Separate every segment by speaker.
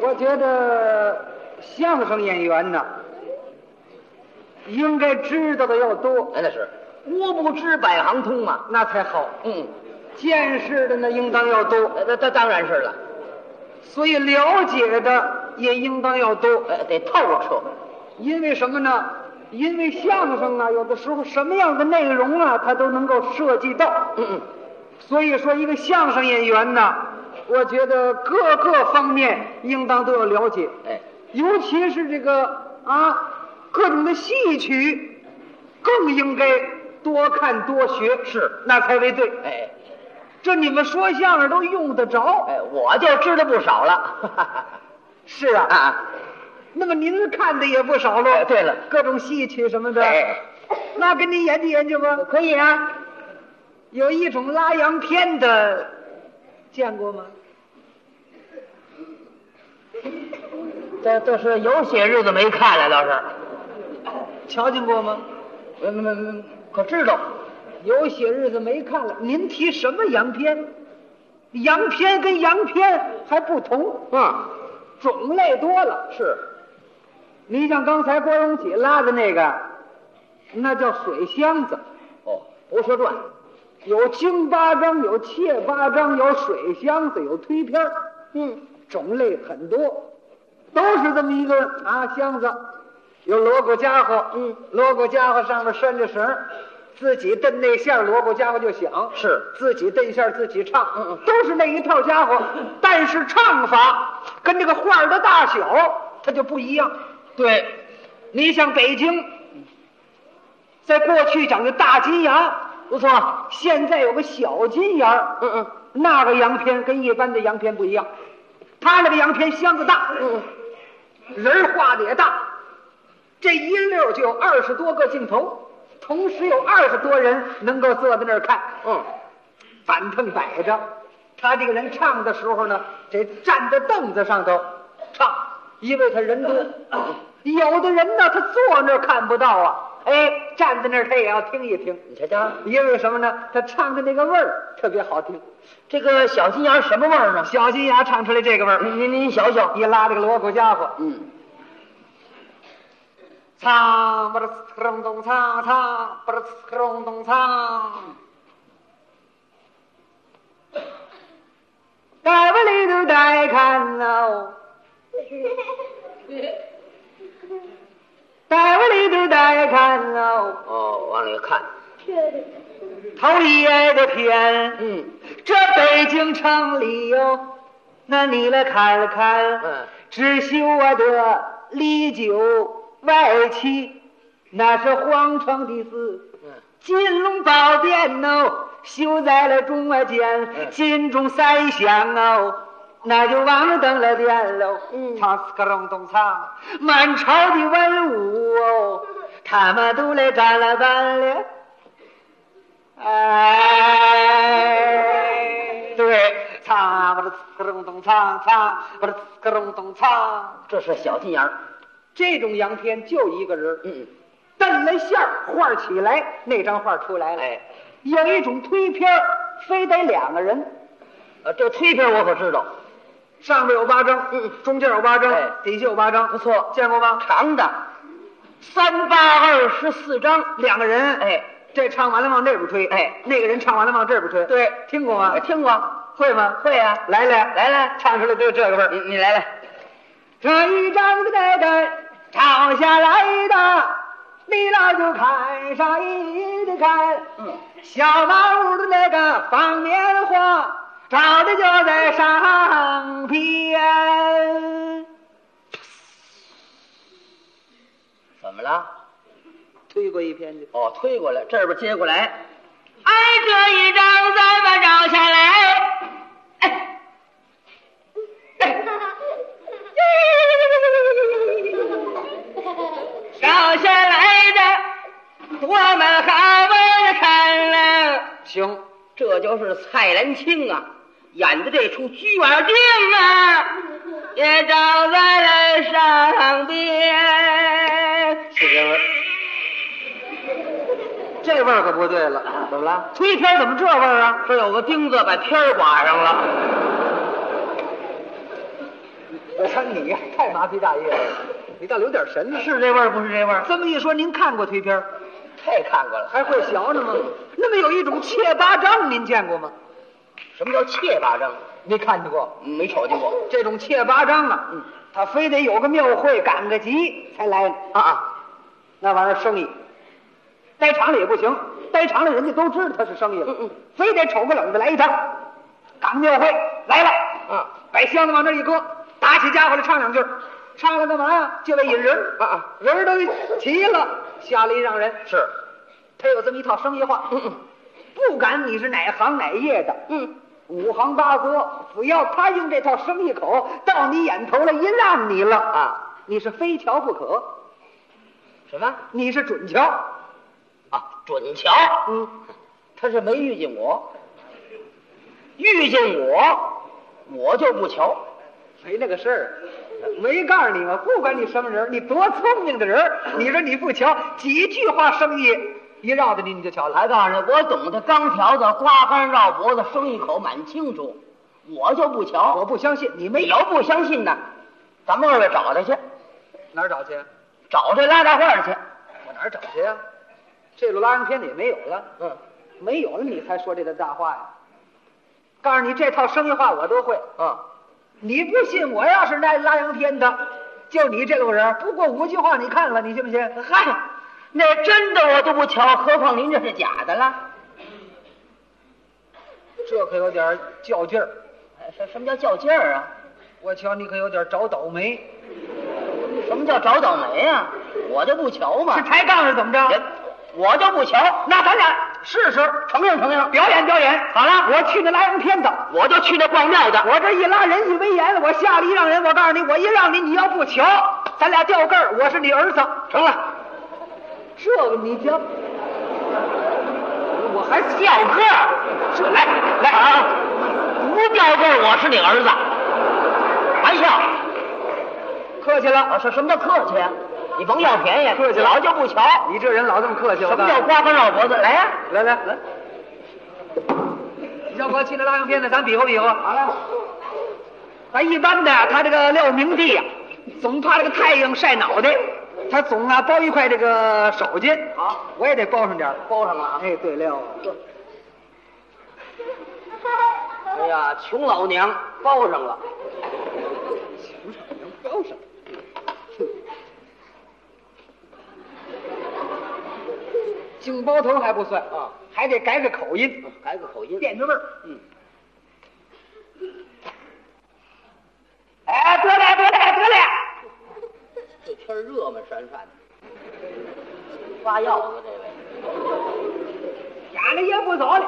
Speaker 1: 我觉得相声演员呐，应该知道的要多，
Speaker 2: 哎，那是无不知百行通嘛。
Speaker 1: 那才好。
Speaker 2: 嗯，哎
Speaker 1: 见识的呢，应当要多，
Speaker 2: 那那那当然是了，
Speaker 1: 所以了解的也应当要多。
Speaker 2: 呃，得透彻。
Speaker 1: 因为什么呢？因为相声啊，有的时候什么样的内容啊，它都能够涉及到。
Speaker 2: 嗯嗯，
Speaker 1: 所以说，一个相声演员呢，我觉得各个方面应当都要了解，
Speaker 2: 哎，
Speaker 1: 尤其是这个啊，各种的戏曲，更应该多看多学，
Speaker 2: 是
Speaker 1: 那才为对。
Speaker 2: 哎
Speaker 1: 这你们说相声都用得着。
Speaker 2: 哎，我就知道不少了。
Speaker 1: 是啊，
Speaker 2: 啊，
Speaker 1: 那么您看的也不少喽。
Speaker 2: 哎对了
Speaker 1: 各种戏曲什么的，
Speaker 2: 哎，
Speaker 1: 那跟您研究研究吧。
Speaker 2: 可以啊。
Speaker 1: 有一种拉洋片的，见过吗？
Speaker 2: 这这是有些日子没看了，倒是。
Speaker 1: 瞧见过吗？
Speaker 2: 嗯嗯嗯，可知道。
Speaker 1: 有些日子没看了。您提什么洋片？洋片跟洋片还不同，
Speaker 2: 嗯，
Speaker 1: 种类多了。
Speaker 2: 是。
Speaker 1: 你像刚才郭荣起拉的那个，那叫水箱子，
Speaker 2: 哦，《博学传》
Speaker 1: 有京八章，有切八章，有水箱子，有推片嗯，种类很多，都是这么一个啊箱子，有锣鼓家伙，嗯，锣鼓家伙上面拴着绳儿，自己蹬那线儿，锣鼓家伙就响，
Speaker 2: 是
Speaker 1: 自己蹬线儿自己唱，嗯嗯，都是那一套家 伙，但是唱法跟这个画儿的大小它就不一样。
Speaker 2: 对，
Speaker 1: 你像北京，在过去讲的大金牙，啊
Speaker 2: 不错。
Speaker 1: 现在有个小金牙儿，
Speaker 2: 嗯嗯，
Speaker 1: 那个洋片跟一般的洋片不一样，他那个洋片箱子大，
Speaker 2: 嗯，
Speaker 1: 人儿画的也大，这一溜儿就有二十多个镜头，同时有二十多人能够坐在那儿看，
Speaker 2: 嗯，
Speaker 1: 板凳摆着，他这个人唱的时候呢，得站在凳子上头唱，因为他人 多。有的人呢，他坐那儿看不到啊，哎，站在那儿他也要听一听，
Speaker 2: 你瞧瞧，
Speaker 1: 因为什么呢？他唱的那个味儿特别好听，
Speaker 2: 这个小金牙什么味儿呢？
Speaker 1: 小金牙唱出来这个味儿，
Speaker 2: 您您您瞧瞧。
Speaker 1: 一拉这个锣鼓家伙，
Speaker 2: 嗯，
Speaker 1: 唱吧啦，呲克隆咚唱，唱吧啦，呲克隆咚唱。带吧里头带看喽，带吧里头带看喽，
Speaker 2: 哦，往里看。
Speaker 1: 头里挨的偏，
Speaker 2: 嗯
Speaker 1: 这北京城里哟，那你来看了看。
Speaker 2: 嗯，
Speaker 1: 只修我的里九外七，那是皇城的事。
Speaker 2: 嗯，
Speaker 1: 金龙宝殿哦，修在了中间，
Speaker 2: 嗯
Speaker 1: 金钟三响哦，那就忘了登了殿喽。
Speaker 2: 嗯
Speaker 1: 唱斯克隆咚唱，满朝的文武哦，他们都来站了班了。哎，对，唱吧啦，斯克隆咚唱，唱吧啦，斯克隆咚唱。
Speaker 2: 这是小金牙。
Speaker 1: 这种洋片就一个人儿，
Speaker 2: 嗯，
Speaker 1: 蹬了线儿，画儿起来，那张画儿出来了。
Speaker 2: 哎，
Speaker 1: 有一种推片儿，非得两个人，
Speaker 2: 呃，这推片我可知道，
Speaker 1: 上面有八张，
Speaker 2: 嗯
Speaker 1: 中间有八张，
Speaker 2: 哎
Speaker 1: 底下有八张，
Speaker 2: 不错
Speaker 1: 见过吗？
Speaker 2: 长的，三八二十四张，
Speaker 1: 两个人，
Speaker 2: 哎，
Speaker 1: 这唱完了往那边推，
Speaker 2: 哎
Speaker 1: 那个人唱完了往这边推，
Speaker 2: 对哎
Speaker 1: 听过吗？
Speaker 2: 听过？
Speaker 1: 会吗？
Speaker 2: 会啊，
Speaker 1: 来来，
Speaker 2: 来来，
Speaker 1: 唱出来就这个味儿。
Speaker 2: 你你来来，
Speaker 1: 这一张的那个唱下来的，你老就看上一的看。
Speaker 2: 嗯，
Speaker 1: 小茅屋的那个放棉花，找的就在上边。
Speaker 2: 怎么了？
Speaker 1: 推过一篇去，
Speaker 2: 哦，推过来，这边接过来，
Speaker 3: 挨这一张咱们找下来。哎哎找下来的，我们好问看了。
Speaker 1: 行，
Speaker 2: 这就是蔡澜清啊演的这出《居尔定》啊，也找在了上边。
Speaker 1: 是这味儿。这味儿可不对了，
Speaker 2: 怎么了？
Speaker 1: 推篇怎么这味儿啊？
Speaker 2: 这有个钉子把天儿刮上了。
Speaker 1: 呀，你呀太麻痹大意了，你倒留点神呢。
Speaker 2: 是这味儿不是这味儿？
Speaker 1: 这么一说，您看过推片儿
Speaker 2: 太看过了。
Speaker 1: 还会学呢吗？那么有一种切巴掌，您见过吗？
Speaker 2: 什么叫切巴掌？
Speaker 1: 没看见过。
Speaker 2: 没瞅见过。
Speaker 1: 这种切巴掌啊，
Speaker 2: 嗯
Speaker 1: 他非得有个庙会赶个集才来呢啊啊！那玩意儿生意，待场里也不行，待场里人家都知道他是生意了，
Speaker 2: 嗯嗯
Speaker 1: 非得瞅个冷子来一趟，赶个庙会来了，
Speaker 2: 啊，
Speaker 1: 把箱子往那儿一搁，打起家伙来唱两句儿，唱了干嘛呀？就为引人儿
Speaker 2: 啊啊，
Speaker 1: 人儿都齐了，下来一让人，
Speaker 2: 是，
Speaker 1: 他有这么一套生意话，不管你是哪行哪业的，
Speaker 2: 嗯，
Speaker 1: 五行八歌，只要他用这套生意口到你眼头了，一让你了啊，你是非瞧不可，
Speaker 2: 什么
Speaker 1: 你是准瞧。
Speaker 2: 啊？准瞧，
Speaker 1: 嗯，
Speaker 2: 他是没遇见我，遇见我，我就不瞧。
Speaker 1: 没哎那个事儿，没告诉你吗？不管你什么人，你多聪明的人，你说你不瞧几句话生意一绕着你，你就瞧了。
Speaker 2: 还告诉你，我懂得钢条子，刮杆绕脖子，生一口满清楚，我就不瞧。
Speaker 1: 我不相信你没
Speaker 2: 你
Speaker 1: 有，
Speaker 2: 要不相信呢，咱们二位找他去，
Speaker 1: 哪儿找去？啊
Speaker 2: 找这拉大腕儿去。
Speaker 1: 我哪儿找去呀、这路拉洋片子也没有了，
Speaker 2: 嗯，
Speaker 1: 没有了你才说这个大话呀。告诉你这套生意话我都会，
Speaker 2: 啊，
Speaker 1: 你不信我要是那拉洋片的，就你这路人，不过五句话你看了，你信不信？
Speaker 2: 嗨，那真的我都不瞧，何况您这是假的了？
Speaker 1: 这可有点较劲儿，
Speaker 2: 哎什什么叫较劲儿啊？
Speaker 1: 我瞧你可有点找倒霉。
Speaker 2: 什么叫找倒霉啊？我就不瞧嘛
Speaker 1: 这。抬杠是怎么
Speaker 2: 也
Speaker 1: 着？
Speaker 2: 我就不瞧，
Speaker 1: 那咱俩试试，
Speaker 2: 承认承认，
Speaker 1: 表演表演。
Speaker 2: 好了
Speaker 1: 我去那拉洋片子，
Speaker 2: 我就去那逛庙的。
Speaker 1: 我这一拉人一威严，我下了一让人，我告诉你，我一让你，你要不瞧，咱俩掉个儿，我是你儿子。
Speaker 2: 成了，
Speaker 1: 这个你教，我还
Speaker 2: 掉个儿，这来来啊，不掉个儿我是你儿子，玩笑，
Speaker 1: 客气了。
Speaker 2: 啊什什么叫客气啊？你甭要便宜，
Speaker 1: 客气了
Speaker 2: 老就不瞧。
Speaker 1: 你这人老这么客气，
Speaker 2: 什
Speaker 1: 我告
Speaker 2: 么
Speaker 1: 诉
Speaker 2: 叫
Speaker 1: 你
Speaker 2: 刮风绕脖子？来呀、
Speaker 1: 来来来，你要我去那拉洋片子，咱比划比划。好了，咱一般的，他这个廖明帝呀、总怕这个太阳晒脑袋，他总啊包一块这个手巾。
Speaker 2: 好，
Speaker 1: 我也得包上点儿。
Speaker 2: 包上了啊！
Speaker 1: 哎，对了，
Speaker 2: 哎呀，穷老娘包上了，
Speaker 1: 包上。净包头还不算啊，还得改改口音，
Speaker 2: 嗯
Speaker 1: 嗯
Speaker 2: 改个口音。
Speaker 1: 垫着味儿。
Speaker 2: 哎，得嘞，得嘞，得嘞！这天儿热嘛，闪闪的， 发药啊了这位。
Speaker 1: 演的也不早了，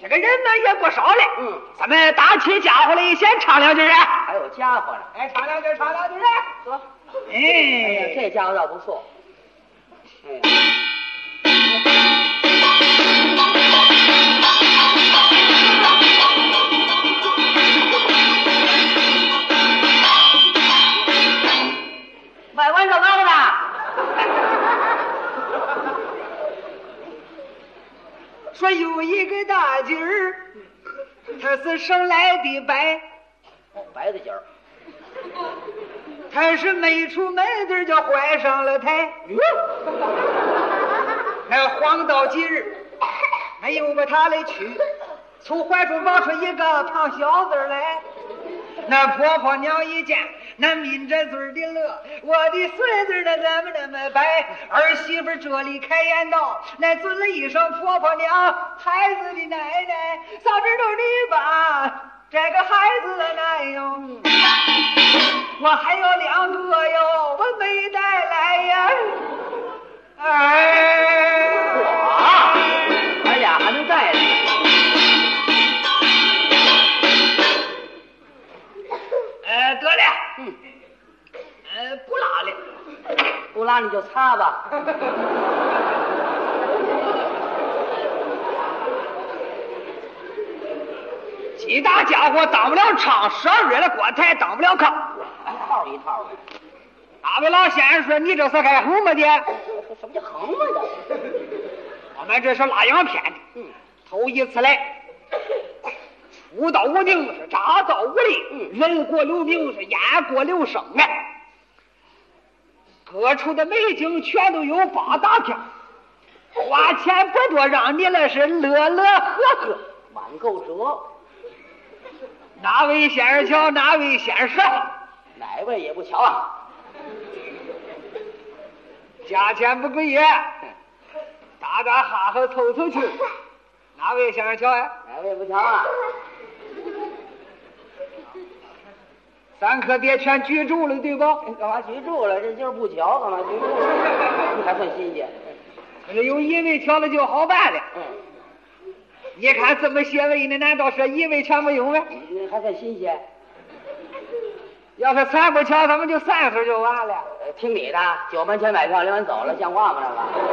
Speaker 1: 这个人呢也不少了。
Speaker 2: 嗯，
Speaker 1: 咱们打起家伙来，先唱两句啊！
Speaker 2: 还有家伙呢，
Speaker 1: 哎，唱两句，唱两句。
Speaker 2: 呵，哎呀，
Speaker 1: 哎，
Speaker 2: 这家伙倒不错。哎呀，
Speaker 3: 买完小高 的。
Speaker 1: 说有一个大姐儿，她是生来的白，
Speaker 2: 哦，白的景儿，
Speaker 1: 她是没出门子就怀上了胎。那黄道吉日，俺又把她来娶，从怀中抱出一个胖小子来。那婆婆娘一见，那抿着嘴儿的乐，我的孙子那怎么那么白？儿媳妇这里开言道，那尊了一声婆婆娘，孩子的奶奶，早知道你把这个孩子来哟，我还有两个哟，我没带来呀，哎。
Speaker 2: 啊，哎呀，还能带着。
Speaker 1: 呃，得了，嗯，呃，不拉了，
Speaker 2: 不拉你就擦吧。
Speaker 1: 几大家伙当不了场，十二月的锅台当不了炕。
Speaker 2: 一套一套的，
Speaker 1: 哪位老先生说你这是干什么的？
Speaker 2: 什么叫横嘛这？
Speaker 1: 我们这是拉洋片的，
Speaker 2: 嗯，
Speaker 1: 头一次来，舞蹈无定是铡刀无力，人过留名是牙过留声啊。各处的美景全都有八大片，花钱不多，让你那是乐乐呵呵。
Speaker 2: 晚购折，
Speaker 1: 哪位先生瞧，哪位先生，
Speaker 2: 哪位也不瞧啊。
Speaker 1: 价钱不贵也，打打哈哈凑凑趣。哪位先生瞧呀、
Speaker 2: 哪位也不瞧 啊？
Speaker 1: 咱可别全居住了，对不？
Speaker 2: 干嘛居住了？这就是不瞧，干嘛居住了？还算新鲜。
Speaker 1: 可是有一位瞧了就好办了。
Speaker 2: 嗯，
Speaker 1: 你看这么些位呢，难道是一位全没有吗？
Speaker 2: 你还算新鲜。
Speaker 1: 要是咱不瞧，咱们就散会儿就完了。
Speaker 2: 呃听你的，九毛钱买票，领完走了，像话吗？这个。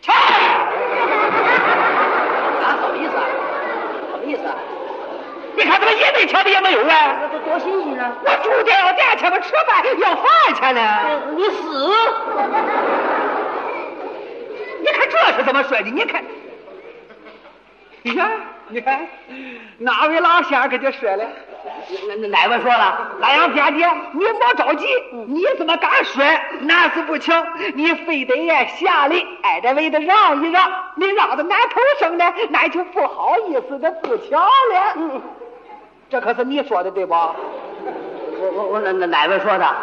Speaker 1: 瞧，
Speaker 2: 啊，什么意思啊？什么意思啊？
Speaker 1: 你看怎么一位瞧的也没有啊？
Speaker 2: 这多新鲜啊！
Speaker 1: 我住店要店钱，我吃饭要饭钱呢。
Speaker 2: 哎你死！
Speaker 1: 你看这是怎么说的？你看，你看，你看，哪位老先生可就说了？
Speaker 2: 哪哪哪位说了？
Speaker 1: 南阳姐姐，你莫着急，
Speaker 2: 嗯
Speaker 1: 你怎么敢说？那是不情，你非得呀下来挨着位的让一让，你让的难头生呢，那就不好意思的不瞧了。嗯，这可是你说的对不？
Speaker 2: 我我我哪哪哪位说的？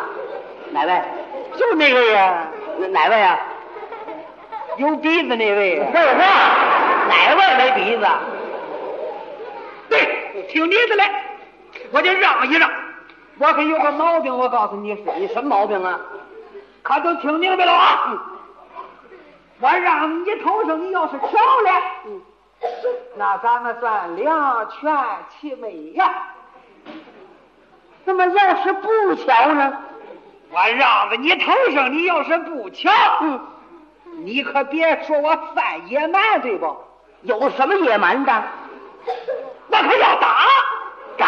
Speaker 2: 哪位？
Speaker 1: 就是那个呀，
Speaker 2: 哪哪位啊？
Speaker 1: 有鼻子那位。
Speaker 2: 废话，哪位没鼻子？
Speaker 1: 对，听你的嘞，我就让一让。我可有个毛病，我告诉你说，
Speaker 2: 你什么毛病啊？
Speaker 1: 可都听明白了啊！我让你头上，你要是瞧了，那咱们算两全其美呀。那么要是不瞧呢？我让着你头上，你要是不瞧，嗯你可别说我犯野蛮，对不？
Speaker 2: 有什么野蛮的？
Speaker 1: 我可要打！
Speaker 2: 打！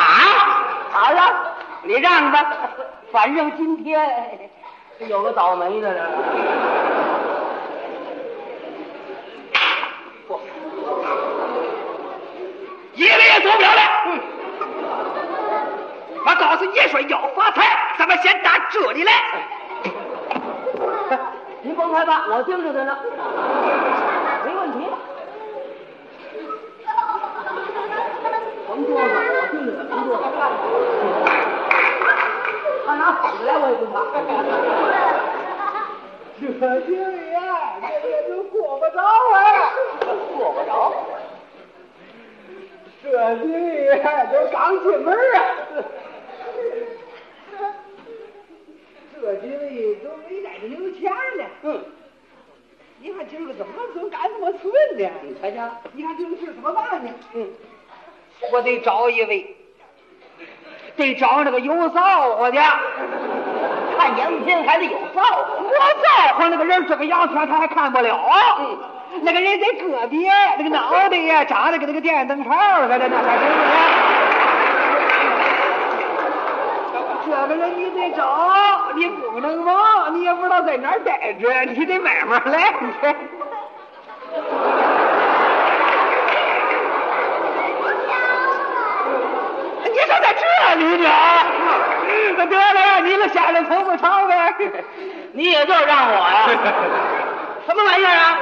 Speaker 2: 好了，你让吧，反正今天有个倒霉的了。
Speaker 1: 一个也走不了了。
Speaker 2: 嗯
Speaker 1: 我告诉你说，要发财，咱们先打这 里来。
Speaker 2: 您甭害怕，我盯着他呢，没问题。甭哆嗦，我盯着他，甭哆嗦。他拿斧子来，我也不怕。
Speaker 1: 这经理啊，这也就过不着了。
Speaker 2: 过不着。
Speaker 1: 这经理啊，就刚进门啊。 这经理都没带着零钱呢。
Speaker 2: 嗯，
Speaker 1: 你看今儿个怎么怎赶这么寸呢？
Speaker 2: 你瞧瞧，
Speaker 1: 你看这个事儿怎么办呢？
Speaker 2: 嗯，
Speaker 1: 我得找一位，得找那个有造化的。
Speaker 2: 看洋片还得有造化。
Speaker 1: 我在乎那个人这个洋圈他还看不了啊。
Speaker 2: 嗯
Speaker 1: 那个人在个别，那个脑袋呀长得跟那个电灯泡似的，那才行啊。这个人你得找，你不能忘，你也不知道在哪儿待着，你得慢慢来。你说在这里呢？
Speaker 2: 啊
Speaker 1: 那得了，你那下来头不长呗。
Speaker 2: 你也就让我呀、什么玩意儿啊？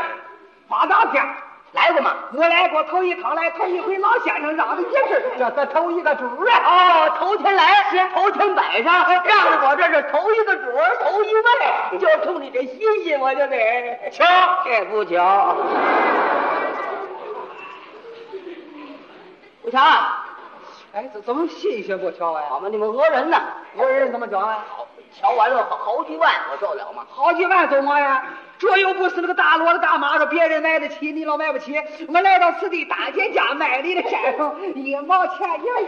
Speaker 1: 八大片儿
Speaker 2: 来过吗？
Speaker 1: 我来过头一趟来，头一回老先生让的也是，这是头一个主啊。
Speaker 2: 哦，头天来，头天摆上，让了我这是头一个主儿，头一位，就冲你这新鲜，我就得瞧，这不瞧，不瞧啊，
Speaker 1: 哎，怎怎么新鲜不瞧呀、
Speaker 2: 好嘛，你们讹人呢，
Speaker 1: 我人怎么瞧呀、
Speaker 2: 瞧完了好好几万，我受了吗？
Speaker 1: 好几万怎么呀？这又不是那个大骡子大马子，别人买得起，你老买不起。我来到此地大姐家卖梨的先生，一毛钱也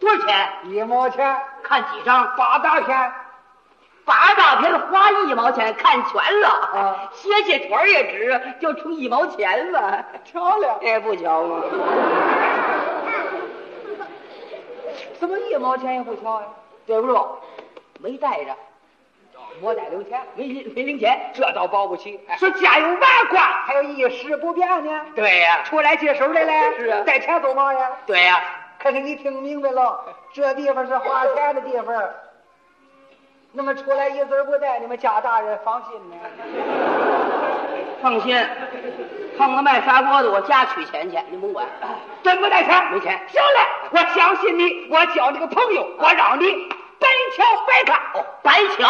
Speaker 2: 多少钱？
Speaker 1: 一毛钱，
Speaker 2: 看几张？
Speaker 1: 八大片。
Speaker 2: 八大片花一毛钱，看全了，
Speaker 1: 啊
Speaker 2: 歇歇腿儿也值，就出一毛钱了。
Speaker 1: 瞧了，
Speaker 2: 这不瞧吗？
Speaker 1: 怎么一毛钱也不瞧呀、
Speaker 2: 对不住，没带着，我得留钱，
Speaker 1: 没零没零钱，
Speaker 2: 这倒包不齐。哎
Speaker 1: 说家有外挂，
Speaker 2: 还有一时不变呢。
Speaker 1: 对呀、
Speaker 2: 出来接手来了，
Speaker 1: 是啊
Speaker 2: 带钱走嘛呀？
Speaker 1: 对呀、
Speaker 2: 可是你听明白了，这地方是花钱的地方。那么出来一子儿不带，你们家大人放心呢。
Speaker 3: 放心，碰到卖砂锅的，我家取钱去，您甭管。
Speaker 1: 真不带钱，
Speaker 3: 没钱
Speaker 1: 行嘞，我相信你，我交这个朋友，我让你白嫖白看。
Speaker 3: 哦，白瞧，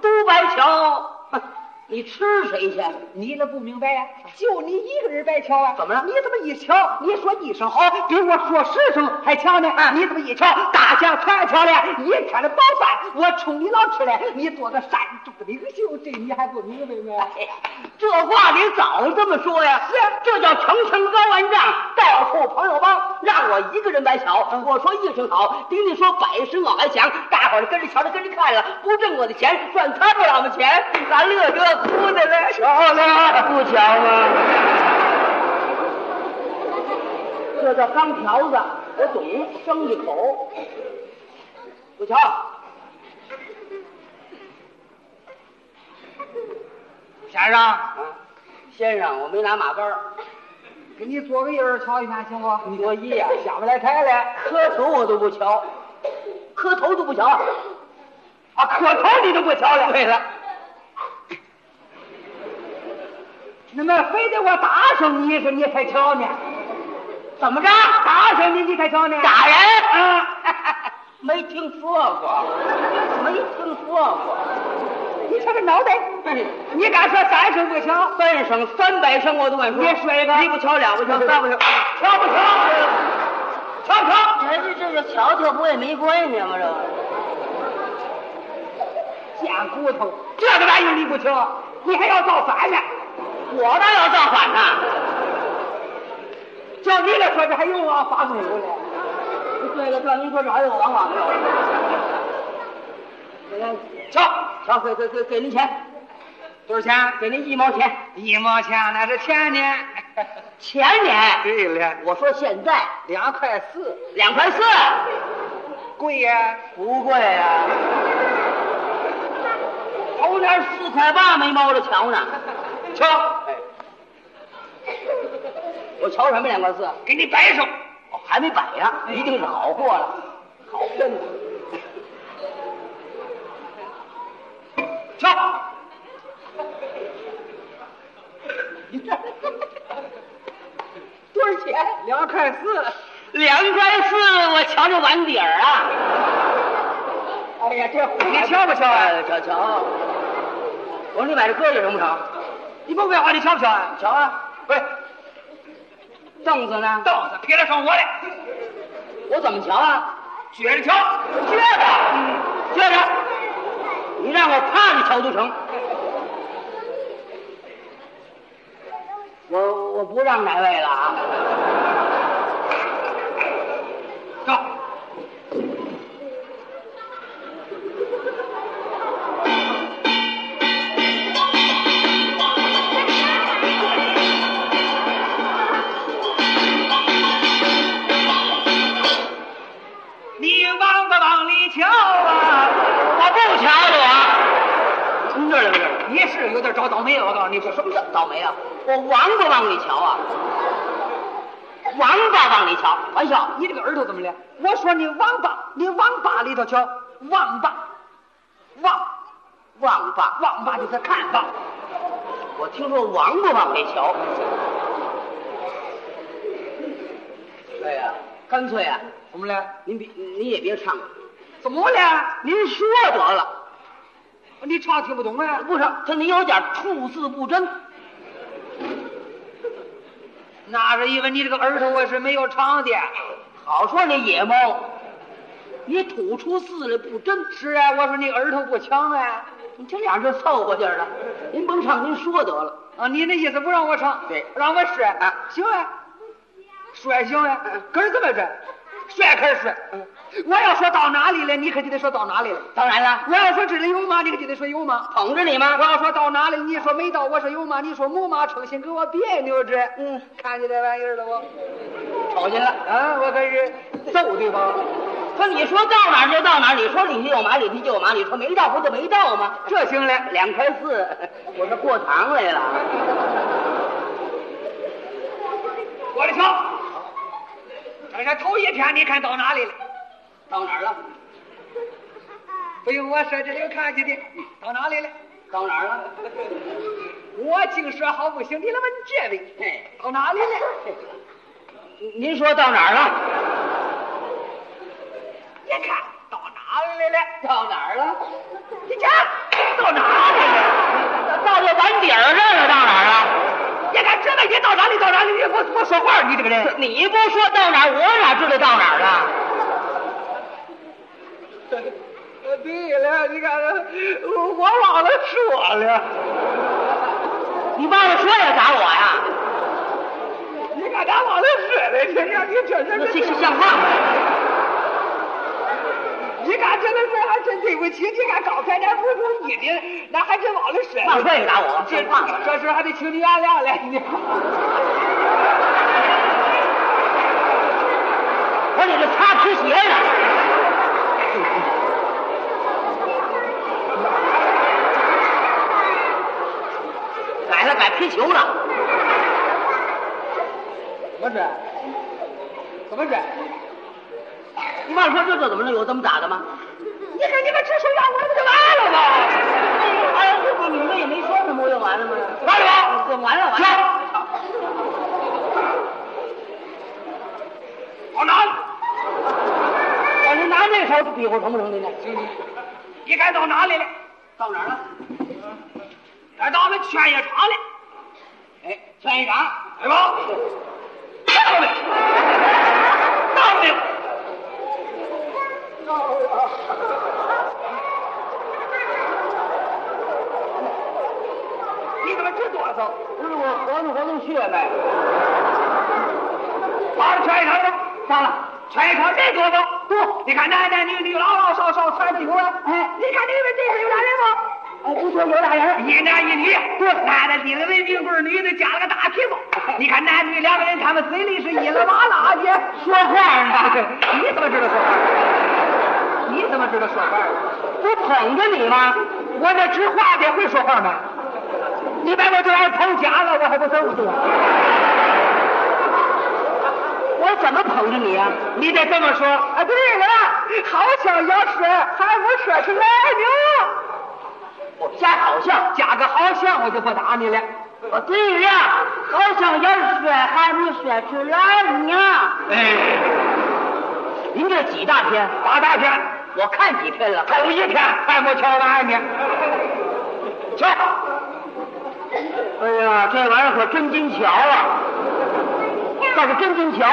Speaker 3: 都白瞧， 你吃谁去？
Speaker 1: 你那不明白呀、
Speaker 2: 就你一个人白瞧啊？
Speaker 3: 怎么了
Speaker 2: 你这么一瞧，你说一声好，
Speaker 1: 比我说十声还强呢！
Speaker 3: 啊
Speaker 1: 你这么一瞧，大家全瞧了，一天的饱饭我冲你老吃了，你做个山中的领袖，这你还不明白吗？
Speaker 3: 哎呀， 这话你早这么说呀？是，这叫城城高万丈，带我臭朋友帮，让我一个人白瞧。
Speaker 1: 嗯
Speaker 3: 我说一声好，听你说百声好还响，大伙儿跟着瞧着跟着看了，不挣我的钱，赚他们老的钱，咱乐这哭的嘞。
Speaker 1: 巧了，不巧吗？
Speaker 3: 这叫钢条子，我懂，生一口。我瞧，
Speaker 1: 先生，
Speaker 3: 嗯先生，我没拿马杆儿，
Speaker 2: 给你做个样儿瞧一下行不？
Speaker 3: 你多一呀、
Speaker 2: 下不来台了，
Speaker 3: 磕头我都不瞧，磕头都不瞧，
Speaker 1: 啊，磕头你都不瞧了？
Speaker 3: 对了，
Speaker 1: 你们非得我打赏你一声，你才瞧呢？
Speaker 3: 怎么着？
Speaker 1: 打赏你，你才瞧呢？
Speaker 3: 打人？
Speaker 1: 啊！
Speaker 3: 没听说过，没听说过。
Speaker 1: 你这个脑袋，你敢说三声不瞧？
Speaker 3: 三声、三百声我都敢说。
Speaker 1: 你说一个
Speaker 3: 一不瞧，两不瞧，三不瞧。啊
Speaker 1: 瞧不瞧？瞧不瞧？
Speaker 3: 这这这个瞧瞧不也没关系吗？这个
Speaker 1: 贱骨头，这个玩意儿你不听，你还要造反呢？
Speaker 3: 啊我倒要造反呢。
Speaker 1: 叫你来说，这还有啊王法公有嘞。
Speaker 3: 对了，这您说这还有王法 没有？
Speaker 1: 瞧，
Speaker 3: 瞧，给给给给您钱，
Speaker 1: 多少钱？
Speaker 3: 啊给您一毛钱。
Speaker 1: 一毛钱，那是钱呢。
Speaker 3: 前年
Speaker 1: 对了，
Speaker 3: 我说现在
Speaker 1: 两块四，
Speaker 3: 两块四，
Speaker 1: 贵呀、
Speaker 3: 不贵啊。头天四块八没猫着瞧呢，
Speaker 1: 瞧，
Speaker 3: 我瞧什么两块四？
Speaker 1: 给你摆上。
Speaker 3: 哦还没摆呢，一定是好货了，好骗 子。
Speaker 1: 瞧，
Speaker 3: 多少钱？
Speaker 1: 两块四。
Speaker 3: 两块四，我瞧着碗底儿啊！
Speaker 1: 哎呀，这你瞧不瞧啊？
Speaker 3: 哎瞧瞧。我说你买这鸽子成不成？
Speaker 1: 你不废话，你瞧不瞧啊？
Speaker 3: 瞧啊，
Speaker 1: 不是，
Speaker 3: 凳子呢？
Speaker 1: 凳子撇得上我来，
Speaker 3: 我怎么瞧啊？
Speaker 1: 撅着瞧。
Speaker 3: 撅着，撅着，你让我趴着瞧都成。我我不让哪位了啊！
Speaker 1: 瞧，你往不往里瞧啊？
Speaker 3: 我不瞧了我，您这怎么着？
Speaker 1: 你是有点找倒霉，我告诉你，这
Speaker 3: 什么叫倒霉啊？我王八往里瞧啊！王八往里瞧，玩笑，
Speaker 1: 你这个耳朵怎么了？我说你王八，你王八里头瞧，王八，王
Speaker 3: 王八，
Speaker 1: 王八就是看吧。
Speaker 3: 我听说王八往里瞧。对呀、干脆啊，
Speaker 1: 怎么了？
Speaker 3: 您别您也别唱了，
Speaker 1: 怎么了？
Speaker 3: 您说得了，
Speaker 1: 你唱听不懂啊？
Speaker 3: 不是，这您有点吐字不真。
Speaker 1: 那是因为你这个耳朵
Speaker 3: 啊
Speaker 1: 我是没有长的。
Speaker 3: 好说你野猫，你吐出字来不真，
Speaker 1: 是啊，我说你耳朵不强啊。
Speaker 3: 你这俩是凑合劲儿的。您甭唱，您说得了。
Speaker 1: 啊，你那意思不让我唱，
Speaker 3: 对
Speaker 1: 让我说
Speaker 3: 啊嗯
Speaker 1: 行啊，说也行啊，可是怎么说？说可是说，嗯我要说到哪里了，你可就得说到哪里了。
Speaker 3: 当然了，
Speaker 1: 我要说这里有吗，你可就得说有吗。
Speaker 3: 捧着你吗
Speaker 1: 我？要说到哪里，你说没到，我说有吗？你说没吗？成心给我别扭着。
Speaker 3: 嗯，
Speaker 1: 看见这玩意儿了不？
Speaker 3: 瞅见了。
Speaker 1: 啊，我可是揍对方。
Speaker 2: 可你说到哪儿就到哪儿，你说里头有马，里头就有马，你说没到不就没到吗？这行嘞，两块四，我这过堂来了。
Speaker 1: 我的瞧，等下头一天你看到哪里了？
Speaker 2: 到哪儿了？
Speaker 1: 不用我说，这就看见的，嗯到哪里了？
Speaker 2: 到哪儿了？
Speaker 1: 我净说好不行，你来问这位
Speaker 2: 哎，
Speaker 1: 到哪里了？
Speaker 2: 您说到哪儿了？
Speaker 1: 你看到哪里了？
Speaker 2: 到哪儿了？
Speaker 1: 你看到哪里了？
Speaker 2: 到这碗底儿这儿了，到哪儿了？
Speaker 1: 你看这位你到哪里到哪里？你不不说话，你这个人。
Speaker 2: 你不说到哪儿，我哪知道到哪儿了？
Speaker 1: 呃，对了，你看呃我我忘了说了，
Speaker 2: 你忘了说要打我呀？
Speaker 1: 你看咱忘了说了，你看你这人
Speaker 2: 这这是像话吗？
Speaker 1: 你看这个事儿还真对不起，你看刚才那不如意的，那还真忘了说
Speaker 2: 忘
Speaker 1: 了。
Speaker 2: 说也打我，
Speaker 1: 这
Speaker 2: 像话吗？
Speaker 1: 这事还得请你原谅了。你
Speaker 2: 我说你这擦皮鞋呢？改了改皮球了，
Speaker 1: 怎么着？怎么着？
Speaker 2: 你忘说这这怎么了？有这么打的吗？
Speaker 1: 你看你们这说让我不就完了吗？
Speaker 2: 哎呀，这不你们也没说什么，不就完了吗？
Speaker 1: 完了吗？
Speaker 2: 完了，完了，完了。
Speaker 1: 好难。
Speaker 2: 我您拿这手比划成不成？您呢？
Speaker 1: 你该到哪里了？
Speaker 2: 到哪儿了？
Speaker 1: 该到我们劝业场了，
Speaker 2: 哎，劝一场，
Speaker 1: 对吧？到了，到了，你怎么直哆嗦？
Speaker 2: 不是我活动活动去呗。
Speaker 1: 把这劝业场上，
Speaker 2: 上了，
Speaker 1: 劝业场人多不？多。你看男男女女、老老少少全都有了。
Speaker 2: 哎
Speaker 1: 你看你们这是有俩人吗？
Speaker 2: 哎，不说有俩人，
Speaker 1: 一男一女，对，男的拎了文冰棍，女的夹了个大皮包。 你看男女两个人，他们嘴里是一拉哇 啦的哎说话呢。 你怎么知道说话？你怎么知道说话？
Speaker 2: 不捧着你吗？
Speaker 1: 我这知话的会说话吗？你把我这玩意儿捧假了，我还不揍死我？
Speaker 2: 我怎么捧着你啊？
Speaker 1: 你得这么说啊！对了，好像要说，还不说出来呢。哦
Speaker 2: 我瞎好笑。
Speaker 1: 加个好像，我就不打你了。哦
Speaker 2: 我对了，好像有水还没说出来呢。
Speaker 1: 哎，
Speaker 2: 您这几大篇？
Speaker 1: 八大片。
Speaker 2: 我看几篇了。
Speaker 1: 头一天还没瞧完 呢，瞧，
Speaker 2: 哎呀，这玩意儿可真金桥啊！这是真金桥，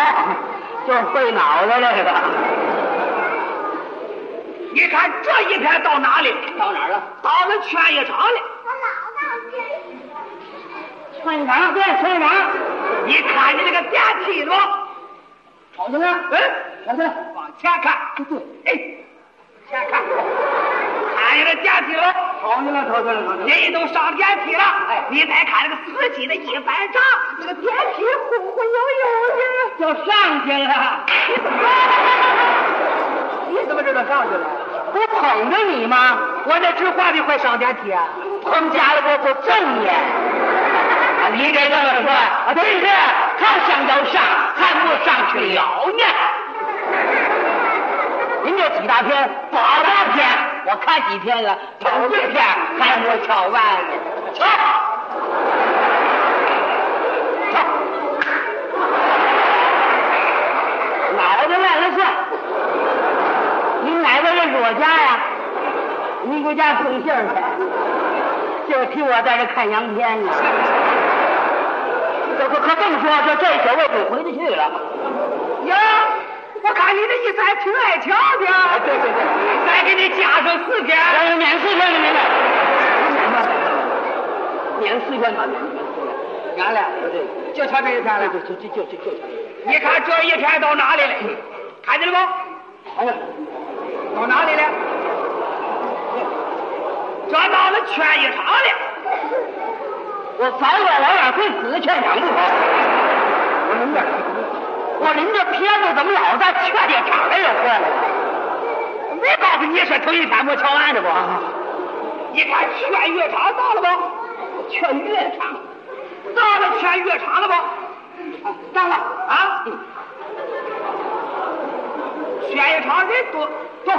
Speaker 2: 就是费脑子这个。
Speaker 1: 你看这一天到哪里？
Speaker 2: 到哪儿了？
Speaker 1: 到了劝业场了。
Speaker 2: 村长变村长，
Speaker 1: 你看见那个电梯了吗？
Speaker 2: 瞅见了？
Speaker 1: 嗯，
Speaker 2: 瞅见？
Speaker 1: 往前看。对，哎，前看，看见那电梯了吗？
Speaker 2: 瞅见了，瞅见了，瞅见了。
Speaker 1: 人都上电梯了。哎，你再看那个司机的一翻账，那个电梯忽忽悠
Speaker 2: 就上去了，
Speaker 1: 悠的。你怎么知道上去了？
Speaker 2: 不捧着你吗？
Speaker 1: 我这知话的会上电梯啊？
Speaker 2: 捧家了我不正眼。啊你这这么说，啊对是，他想要上，还没上去了呢。您这几大篇，八大篇，我看几篇了，头一篇还没瞧完呢。瞧，瞧，脑子乱了算。你哪个认识我家呀？你给家送信儿去，就替我在这看洋片呢。这可可甭说，这这小位置回得去了。
Speaker 1: 呀，我看你这意思还挺爱瞧的啊。
Speaker 2: 哎，对对对，
Speaker 1: 再给你加上四天。
Speaker 2: 哎，免四天了，免了，免四天吧，免四天。俺俩不对，
Speaker 1: 就瞧这一天
Speaker 2: 对
Speaker 1: 了
Speaker 2: 对。就就就就就。
Speaker 1: 你看这一天到哪里了？看见了吗？
Speaker 2: 哎呀，
Speaker 1: 到哪里了？这到了劝业场了。
Speaker 2: 我早晚晚晚会死，劝场不好。我您这，我您这片子怎么老在劝这场上有坏了？
Speaker 1: 没告诉你说头一天没瞧完的不？你看劝乐场到了不？劝乐场到了劝乐场了不？到了啊！劝乐场人多多，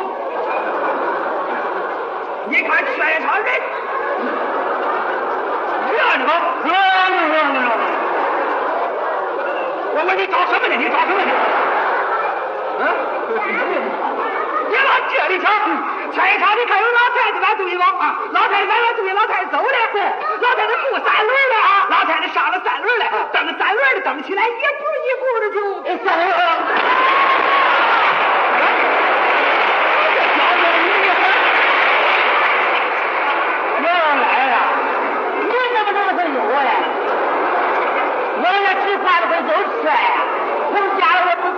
Speaker 1: 你看劝乐场人热闹不？热闹热闹热闹！我问你找什么呢？你找什么呢？啊！你往这里瞧，前一场你看有老太太咱对往啊，老太太咱俩对，老太太走了，老太太雇三轮了啊，老太太上了三轮了，蹬着三轮的蹬起来，一步一步的就哎走了。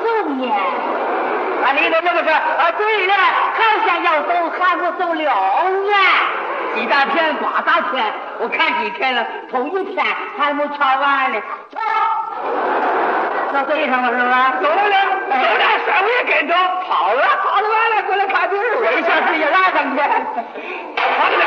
Speaker 4: 啊，你怎么这么说？啊，对了，好像要走，还不走了呢。几大片，八大片，我看几天了，头一天还没瞧完呢。瞧，到对上了是吧？哎
Speaker 1: 走了，走了，甩我
Speaker 4: 哎
Speaker 1: 也跟着跑了，跑了完了，过来看病，
Speaker 4: 我一下自己拉上去。
Speaker 1: 跑了。